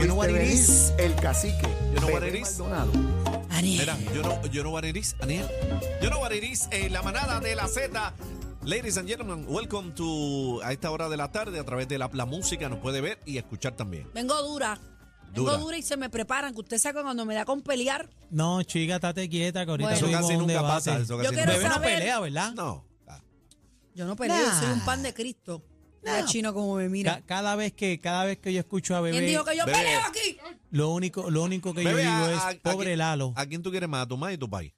You know what it Este is? Benítez, El cacique. You know what Pepe it is? Maldonado. Aniel. Mira, yo no, yo no what it is, Aniel. Yo no what it is, eh, la manada de la Z. Ladies and gentlemen, welcome to a esta hora de la tarde a través de la, la música nos puede ver y escuchar también. Vengo dura. Vengo Dura. dura y se me preparan. Que usted sabe cuando me da con pelear. No, chica, estate quieta, que ahorita Bueno. Eso tuvimos casi un nunca debate. pasa. Eso Yo casi nunca quiero Bebé no pasa. saber- pelea, ¿verdad? No. Ah, Yo no peleo, Nah. soy un pan de Cristo. Mira, chino como me Ca- mira. cada vez que cada vez que yo escucho a ¿Quién Bebé, dijo que yo Bebé. peleo aquí? lo único lo único que Bebé, yo digo a- es a- a pobre quién- Lalo, ¿A quién tú quieres más? ¿A tu madre y tu país?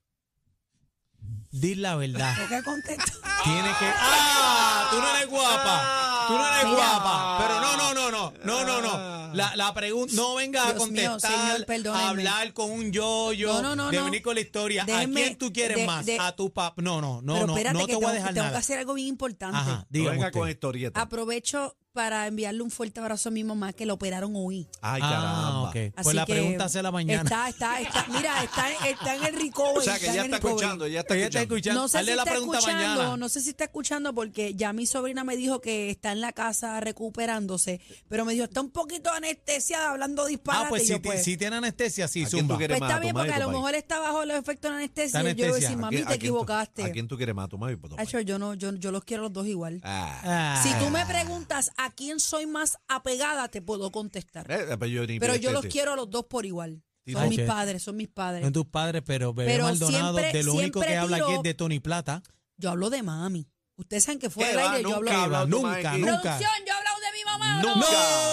di la verdad. ¿Por qué contento? Tiene que Ah, tú no eres guapa. Tú no eres Mira. guapa, pero no no no no. No no no. La, la pregunta no vengas a Ah. Dios mío, contestar, señor, perdónenme. a hablar con un yo-yo, No, no, no, de no. venir con la historia. Déjenme- ¿A quién tú quieres de- más? de- a tu papá. No, no, no, Pero no, espérate no que te voy tengo, a dejar tengo que nada. hacer algo bien importante. Ajá, No dígame venga usted. con Ah, historietas. Aprovecho para enviarle un fuerte abrazo a mi mamá que la operaron hoy. Ay, Ah, caramba. ok. Así Pues la que pregunta se la mañana. Está, está, está. Mira, está, en- está en el recovery. O sea, que en ya el está recovery. escuchando, ya está Ella está escuchando. escuchando. No sé Hazle si la está pregunta escuchando, mañana. no sé si está escuchando porque ya mi sobrina me dijo que está en la casa recuperándose, pero me dijo, está un poquito anestesiada hablando disparate. Ah, pues Y yo, si, ti- si tiene anestesia, sí, ¿A quién tú zumba. quieres pues más? está ¿A tu bien madre porque y a tu lo país? mejor está bajo los efectos de anestesia. Está y Yo le voy a anestesia. decir, ¿A ¿A mami, quién- te a quién tú- ¿A equivocaste. quién tú quieres más? ¿A tu madre y a tu país? Acho, yo no, yo, yo los quiero los dos igual. Ah. Ah. Si tú me preguntas a quién soy más apegada, te puedo contestar. Eh, pero yo, ni- Pero yo los este- quiero a los dos por igual. Sí, Son sí. mis Ok. padres, son mis padres. Son tus padres, pero Bebé Pero Maldonado, siempre- de lo único que siempre habla aquí tiro- es de Tony Plata. Yo hablo de mami. Ustedes saben que ¿Qué fuera del va? aire yo Nunca hablo he de hablado, Nunca, Mikey. nunca. Producción, yo he hablado de mi mamá. ¿o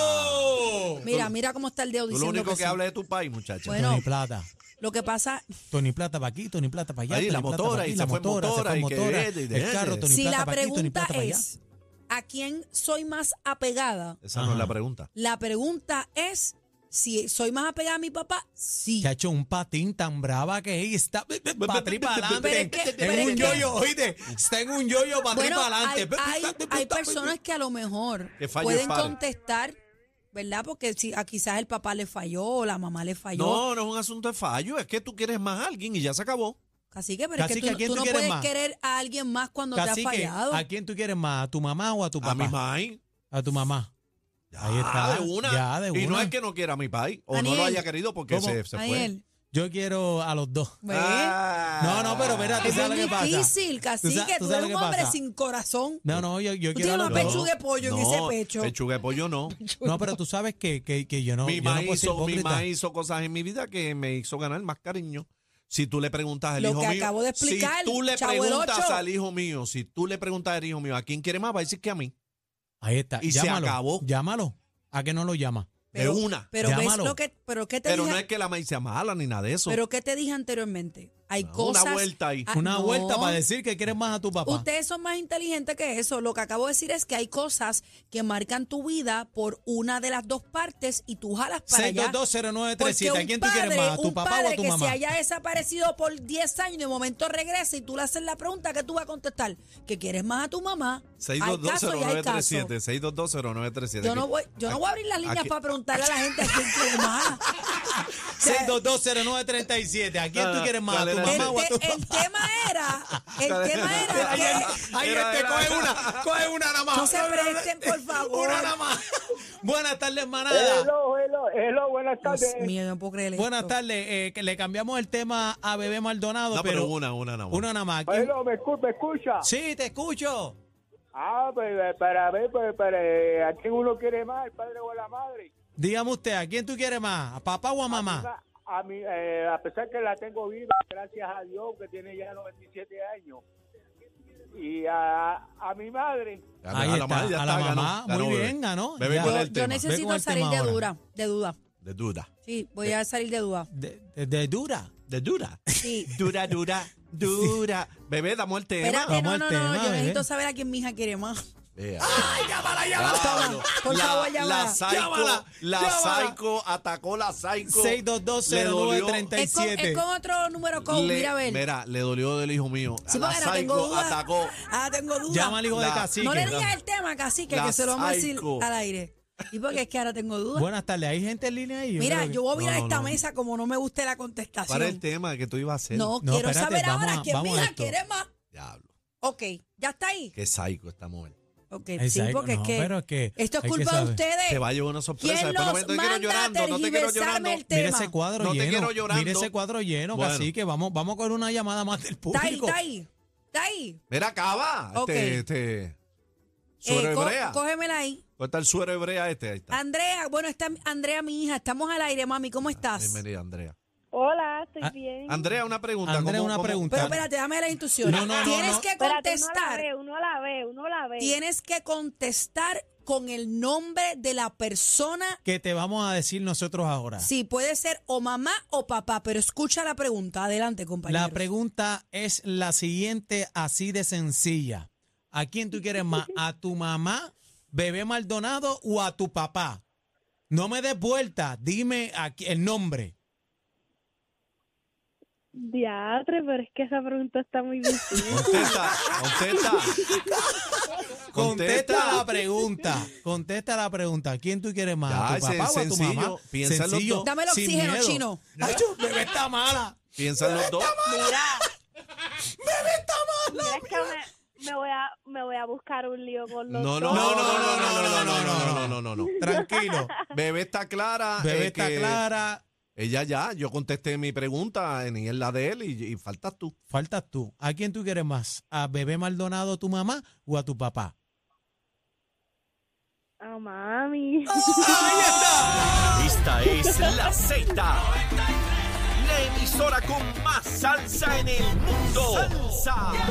no? ¡No! Mira, mira cómo está el dedo Tú lo diciendo único que, sí. habla es de tu país, muchacho. Bueno. Tony Plata. Lo que pasa, Tony Plata para aquí, Tony Plata para allá. Ahí, Tony la Plata motora, pa' y se fue motora, y que vete, y el carro, vete. Tony si Plata la pa' aquí, Tony pregunta Plata pa' allá. es a quién soy más apegada, Esa no es la Ajá. pregunta. la pregunta es si soy más apegada a mi papá, sí. Chacho, un patín tan brava que ahí está. Para tri para Pero es adelante. que- pero En es un que- yoyo, oíste. Está en un yoyo para tri Bueno, para hay, adelante. hay- hay personas que a lo mejor Que fallo es pueden padre. contestar, ¿verdad? Porque si, a quizás el papá le falló o la mamá le falló. No, no es un asunto de fallo, es que tú quieres más a alguien y ya se acabó. Así que, pero Cacique, es ¿a que quién tú, tú tú no quieres puedes más? querer a alguien más cuando Así te ha que, fallado. ¿a quién tú quieres más? ¿A tu mamá o a tu Ah, A mi papá? país. A tu mamá. Ya, Ahí está, de una. ya, de Y no una. es que no quiera a mi país, o no lo Daniel. haya querido porque ¿Cómo? se, se fue. Daniel, Yo quiero a los dos. ve. Ah. No, no, pero espérate, Eso ¿sabes es lo que pasa? difícil, Tú cacique. sa- Tú, tú sabes eres lo un que hombre pasa. sin corazón. No, no, yo, yo Tú quiero a tienes los una dos. pechuga de pollo en ese pecho. Pechuga de pollo no. No, pero tú sabes que, que, que yo no. mi yo no mamá puedo ser hizo, mi hipócrita. mamá hizo cosas en mi vida que me hizo ganar más cariño. Si tú le preguntas al Lo hijo que mío. acabo de explicar, si tú le Chavo el preguntas Ocho. al hijo mío, si tú le preguntas al hijo mío, ¿a quién quiere más? Va a decir que a mí. Ahí está. Y se llámalo, acabó. Llámalo. ¿A qué no lo llama? Pero- de una. Pero ves Llámalo. lo que, pero qué te Pero dije, no es que la maíz sea mala ni nada de eso. pero qué te dije anteriormente. Hay No, cosas. Una vuelta ahí. Ah, Una no. vuelta para decir que quieres más a tu papá. Ustedes son más inteligentes que eso. Lo que acabo de decir es que hay cosas que marcan tu vida por una de las dos partes y tú jalas para allá. 6220937. Porque ¿A quién un tú quieres padre- más? ¿A tu un papá o padre a tu que mamá? se haya desaparecido por 10 años y de momento regresa y tú le haces la pregunta que tú vas a contestar. Que quieres más a tu mamá. Hay casos y hay casos. 6220937. 6220937. Yo no voy, yo no voy a abrir las líneas Aquí- para preguntarle a la gente a quién quiere más. 6220937. ¿A quién No, no, tú quieres más? ¿A ¿cuál tu era mamá o a El, tu te- el tema era, el tema era Ahí- que Ahí Era, este era. coge una, coge una nada más. No se presten, por favor. Una nada más. Buenas tardes, manada. Hello, hello, hello, buenas tardes. Dios mío, yo no puedo creer esto. Buenas tardes. Eh, que le cambiamos el tema a Bebé Maldonado, No, pero pero, una, una nada más. una nada más. ¿Quién- Hello, me escucha, me escucha. Sí, te escucho. Ah, pues, para ver, pues, para, ¿a quién uno quiere más, el padre o la madre? Dígame usted, ¿a quién tú quieres más? ¿A papá o a mamá? A, mí, eh, a pesar que la tengo viva, gracias a Dios, que tiene ya 97 años. Y a, a mi madre, Ya, Ahí a la, está, madre, ya a la está, ganó, mamá, ganó, muy bebé. bien, ganó, Bebé, ya. ¿cuál es Yo, el yo tema? Ve con necesito el salir tema de ahora. duda, de duda. De duda. Sí, voy a salir de duda. De, de- de dura. De dura. Sí. Dura, dura, dura. Bebé, damos el tema. Espérate, vamos no, al no, no, tema, yo bebé. necesito saber a quién mi hija quiere más. Eh, ¡Ay, llámala, llámala! Toma, por la, favor, llámala. La psycho, Llámala, la llámala. psycho atacó la psycho. 6220930. Es con, es con otro número Le con, dolió- mira a ver. Le- Mira, le dolió del hijo mío. Sí, la porque ahora tengo psycho duda. atacó. Ah, tengo duda. Llama al hijo de La- cacique. no le digas el tema, cacique, La que se lo vamos a decir psycho. al aire. Y porque es que ahora tengo dudas. Buenas tardes, ¿hay gente en línea ahí? Mira, creo que- yo voy a mirar No, no, esta no. mesa como no me guste la contestación. Para el tema que tú ibas a hacer. No, No, quiero espérate, saber vamos ahora a- quién vamos a mija esto. quiere más. Diablo. Ok, ¿ya está ahí? Qué psycho esta mujer. Ok, sí, Exacto, porque no, es que pero es que esto es hay que culpa de saber. Te ustedes. va a llevar una sorpresa. Eh, ¿Quién Después no los me- te quiero manda llorando, a no te quiero llorando. tergiversarme el Mira tema? ese cuadro No te lleno. quiero llorando. Mira ese cuadro lleno, Bueno. así que vamos, vamos a coger una llamada más del Está ahí, público. está ahí. Está ahí. Mira, acaba. Ok. Este, este. Eh, Suero có- hebrea. cógemela ahí. Corta el suero hebrea este. Ahí está. Ah, Andrea, bueno, está Andrea, mi hija. Estamos al aire, mami. ¿Cómo estás? Bienvenida, Andrea. Hola, estoy Ah, bien. Andrea, una pregunta. Andrea, ¿cómo- una cómo- pregunta. Pero espérate, dame las instrucciones. No, no, no, tienes no. que Espérate, uno la eh. contestar. ve, uno la ve, uno la ve. Tienes que contestar con el nombre de la persona. Que te vamos a decir nosotros ahora. Sí, puede ser o mamá o papá, pero escucha la pregunta. Adelante, compañero. La pregunta es la siguiente, así de sencilla. ¿A quién tú quieres más? ¿A tu mamá, bebé Maldonado o a tu papá? No me des vuelta, dime aquí el nombre. Diatre, pero es que esa pregunta está muy difícil. Contesta, contesta. Contesta la pregunta. Contesta la pregunta. ¿A quién tú quieres más? Ya, ¿A tu ese papá es o a tu sencillo. mamá? Piensa en los dos. Dame el sin oxígeno, miedo. chino. Ay, yo, bebé está mala. Piensan los dos. Mira, es que me, me voy a, me voy a buscar un lío con los No, no, dos. no, no, no, no, no, no, no, no, no, no, no. Tranquilo. Bebé está clara. Bebé eh, está que clara. Ella ya, yo contesté mi pregunta, eh, ni es la de él, y, y faltas tú. Faltas tú. ¿A quién tú quieres más? ¿A bebé Maldonado, tu mamá o a tu papá? Ah, mami. Esta es la Z. La emisora con más salsa en el mundo. Salsa.